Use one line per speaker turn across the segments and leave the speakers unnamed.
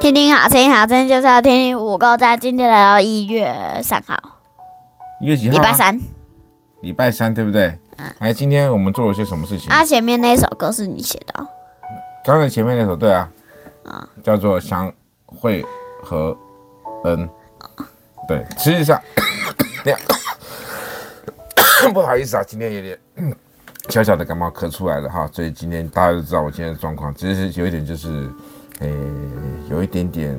听听好声音，好声音就是要听听五够在今天来到一月三号，
一月几号、
礼
啊？
拜。三。嗯
礼拜三，对不对？哎，今天我们做了些什么事情？
啊，前面那首歌是你写的哦、
刚才前面那首，对啊，叫做《相会和恩》。对，实 际上，那样 不好意思啊，今天有点 嗯小小的感冒咳出来了哈，所以今天大家都知道我今天的状况，其实是有一点就是，诶、有一点点，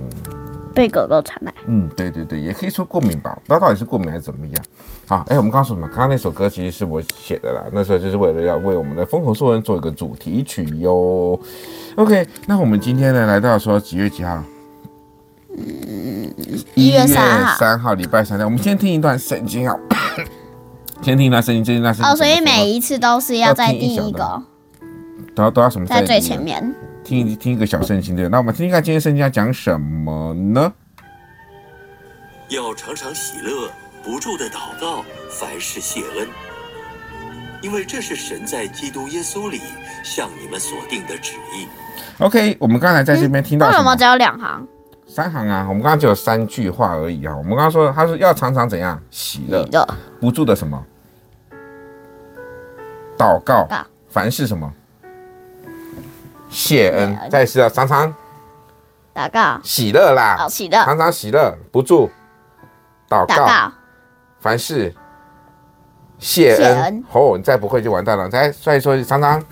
被狗狗传来。
嗯，对对对，也可以说过敏吧，不知道到底是过敏还是怎么样。好，哎，我们刚刚说什么？刚刚那首歌其实是我写的啦，那时候就是为了要为我们的《风和硕恩》做一个主题曲哟。OK，那我们今天呢，来到说几月几号？
一月三号
三号，礼拜三。我们先听一段圣经啊， 先听一段圣经，先听一段圣经。
哦，所以每一次都是要在第
要听
一
一首
个，
都要都要什么
在最前，面。
听一听一个小圣经对。那我们听听看今天圣经要讲什么呢？
要常常喜乐，不住的祷告，凡事谢恩，因为这是神在基督耶稣里向你们所定的旨意。
OK，我们刚才在这边听到
为
什
什
么
么？只有两行？
三行啊，我们刚刚只有三句话而已啊。我们刚刚说，他说要常常怎样喜乐，
的
不住的什么祷告
祷，
凡事什么谢恩
谢，恩
再是啊，常常
祷告、
喜乐啦
哦，，喜乐、
常常喜乐，不住祷
祷
告，
告、
凡事谢
谢
恩
恩。
哦，你再不会就完蛋了。再再说，常常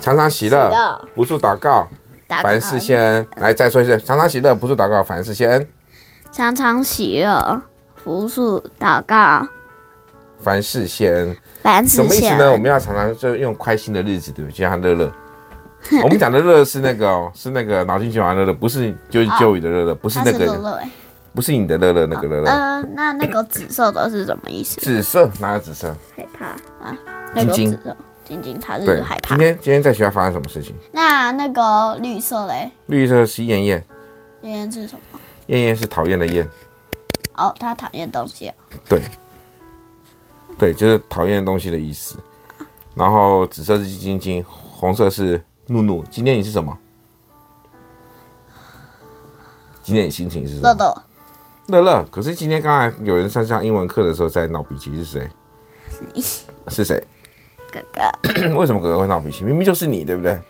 常常
喜
喜乐
乐，
不住祷告，
祷告
凡事谢恩。来，再说一次，常常喜乐，不住祷告，凡事谢恩。
常常喜乐、服素、祷告、
凡事谢恩，
凡事
什么意
谢
思呢？我
恩。
们要常常就用开心的日子，对不对？就像乐乐，我们讲的乐乐是那个哦，是那个脑筋急转弯乐乐，不是就是
哦
Joey 的乐乐，不是
它
那
是乐
个，
乐哎，
不是你的乐乐那个乐乐。
呃，那那个紫色的是什么意思？
紫色哪有紫色？
害怕啊，那个
晶晶
紫色，晶晶它
对
是嗯害，怕
今。天今天在学校发生什么事情？
那那个绿色嘞，
绿色是燕燕，
今天是什么？
燕燕是讨厌的燕，
哦，它讨厌东西。
对，对，就是讨厌的东西的意思。然后紫色是晶晶，红色是怒怒。今天你是什么？今天你心情是什
乐
么？
乐，
乐乐。可是今天刚才有人上上英文课的时候在闹脾气，是谁？是谁？
哥哥，
为什么哥哥会闹脾气？明明就是你，对 不对？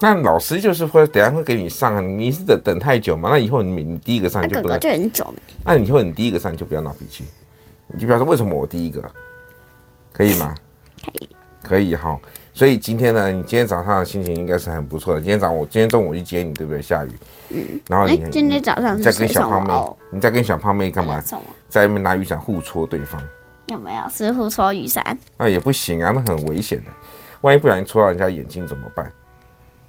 那老师就是会等下会给你上啊，你是等等太久嘛？那以后你你第一个上
那
就
哥
不能
哥，就很久没。
那以后你第一个上就不要闹脾气，你就不要说为什么我第一个，可以吗？可以，可以哈。所以今天呢，你今天早上的心情应该是很不错的。今天早上我今天中午我去接你，对不对？下雨，嗯，然后
哎
你，很
今天早上
你
是
在
谁
跟小
送我
胖妹
哦？，
你在跟小胖妹干嘛？
送我？
在那边拿雨伞互戳对方。
有没有师傅说雨伞？
那也不行啊，那很危险的，万一不小心戳到人家眼睛怎么办？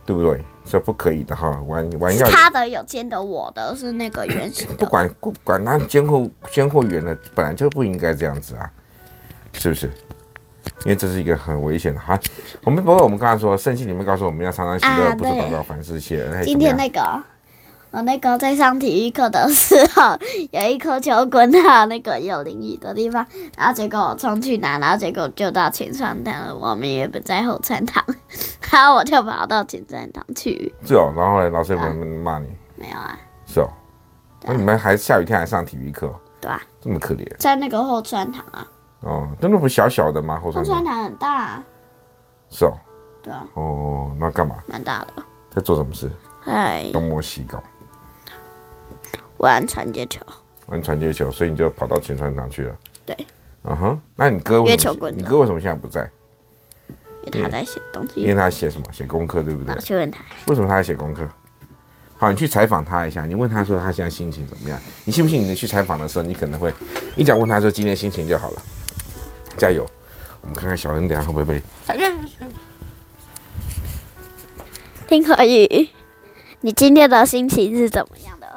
对不对？这不可以的哈，玩玩
是
要
他的有尖的，我的是那个圆形
不
的。
管不管他监护监护员的，本来就不应该这样子啊，是不是？因为这是一个很危险的哈。我们不过我们刚才说，圣经里面告诉我们要常常喜乐，
啊
不是
对
祷告，凡事谢恩。哎
今天
怎么
那
样
个。我那个在上体育课的时候，有一颗球滚到那个有淋雨的地方，然后结果我冲去拿，然后结果就到前上堂了。我们也不在后餐堂， 然后我就跑到前上堂去。
是哦，然后呢，老师有没有骂你？
没有啊，
是哦，那你们还下雨天还上体育课哦，
对吧、啊？
这么可怜
在那个后川堂啊，
哦？真的不小小的吗？后
后
山
川堂很大、啊，
是哦，
对啊，
哦，那干嘛？
蛮大的。
在做什么事？
哎，
东摸西搞。
玩传接球，
玩传接球，所以你就跑到前船长去了。
对，
嗯哼，那你哥为
约
什
球
么？
棍的
你哥为什么现在不在？
因为他在写东
因为
西。
他写什么？写功课，对不对
然后？去问他，
为什么他在写功课？好，你去采访他一下，你问他说他现在心情怎么样？你信不信？你去采访的时候，你可能会你只要问他说今天心情就好了，加油！我们看看小恩等下会不会被
听可以， 你今天的心情是怎么样的？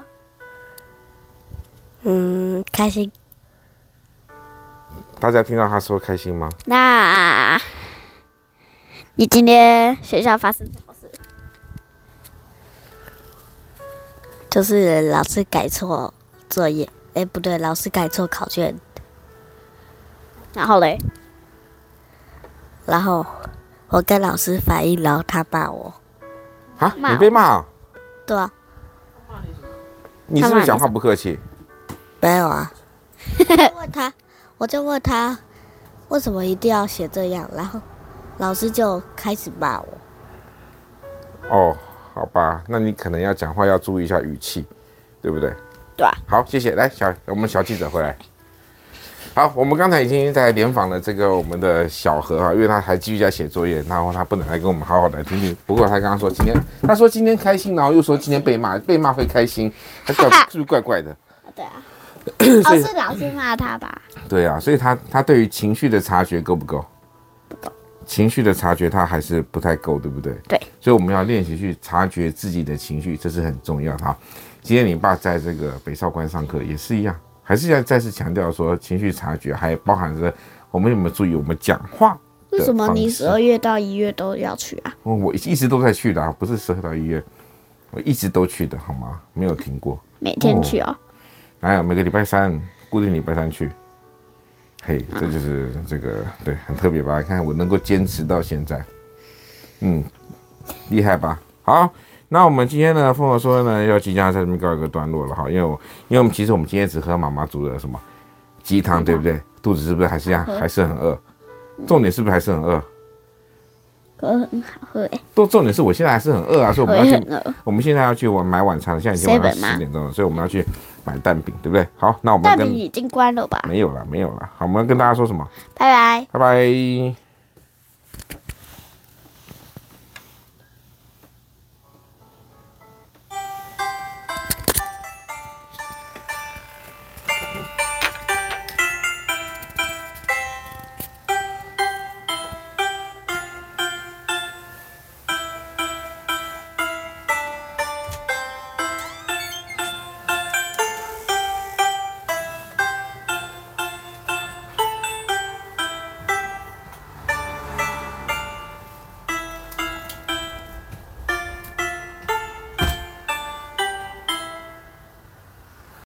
嗯，开心。
大家听到他说开心吗？
那，你今天学校发生什么事？
就是老师改错作业，哎，不对，老师改错考卷，
然后嘞，
然后我跟老师反映，然后他骂我，
啊，
骂我
你被骂哦、
对啊，
你是不是讲话不客气？
没有 啊。我就问他，我就问他，为什么一定要写这样？然后老师就开始骂我。
哦，好吧，那你可能要讲话要注意一下语气，对不对？
对啊。
好，谢谢。来，小我们小记者回来。好，我们刚才已经在联访了这个我们的小何啊，因为他还继续在写作业，然后他不能来跟我们好好来听听。不过他刚刚说今天，他说今天开心，然后又说今天被骂，被骂会开心，他 怪是不是怪怪的？
对啊，哦是老师骂他吧？
对啊，所以他他对于情绪的察觉够不够？
不够。
情绪的察觉他还是不太够，对不对？
对。
所以我们要练习去察觉自己的情绪，这是很重要的哈。今天你爸在这个北少关上课也是一样，还是要再次强调说情绪察觉，还包含着我们有没有注意我们讲话。
为什么你十
说？
二月到一月都要去啊？
哦我一直都在去的、啊，不是十二到一月，我一直都去的好吗？没有停过。
每天去哦。
哎呀，每个礼拜三固定礼拜三去。嘿，这就是这个对，很特别吧？你看我能够坚持到现在，嗯，厉害吧？好，那我们今天呢，凤凰说呢，要即将在这边告一个段落了哈，因为我因为我们其实我们今天只喝妈妈煮的什么鸡汤，对不对？肚子是不是还是一样，还是很饿？重点是不是还是很饿？
可很好喝哎，
都重点是我现在还是很饿啊，所以我
我
们要
也
去
很饿。
我们现在要去晚买晚餐了，现在已经晚上
Seven 吗
十点钟了，所以我们要去买蛋饼，对不对？好，那我们
大
跟
饼已经关了吧？
没有了，没有了。好，我们要跟大家说什么？
拜拜。
拜拜。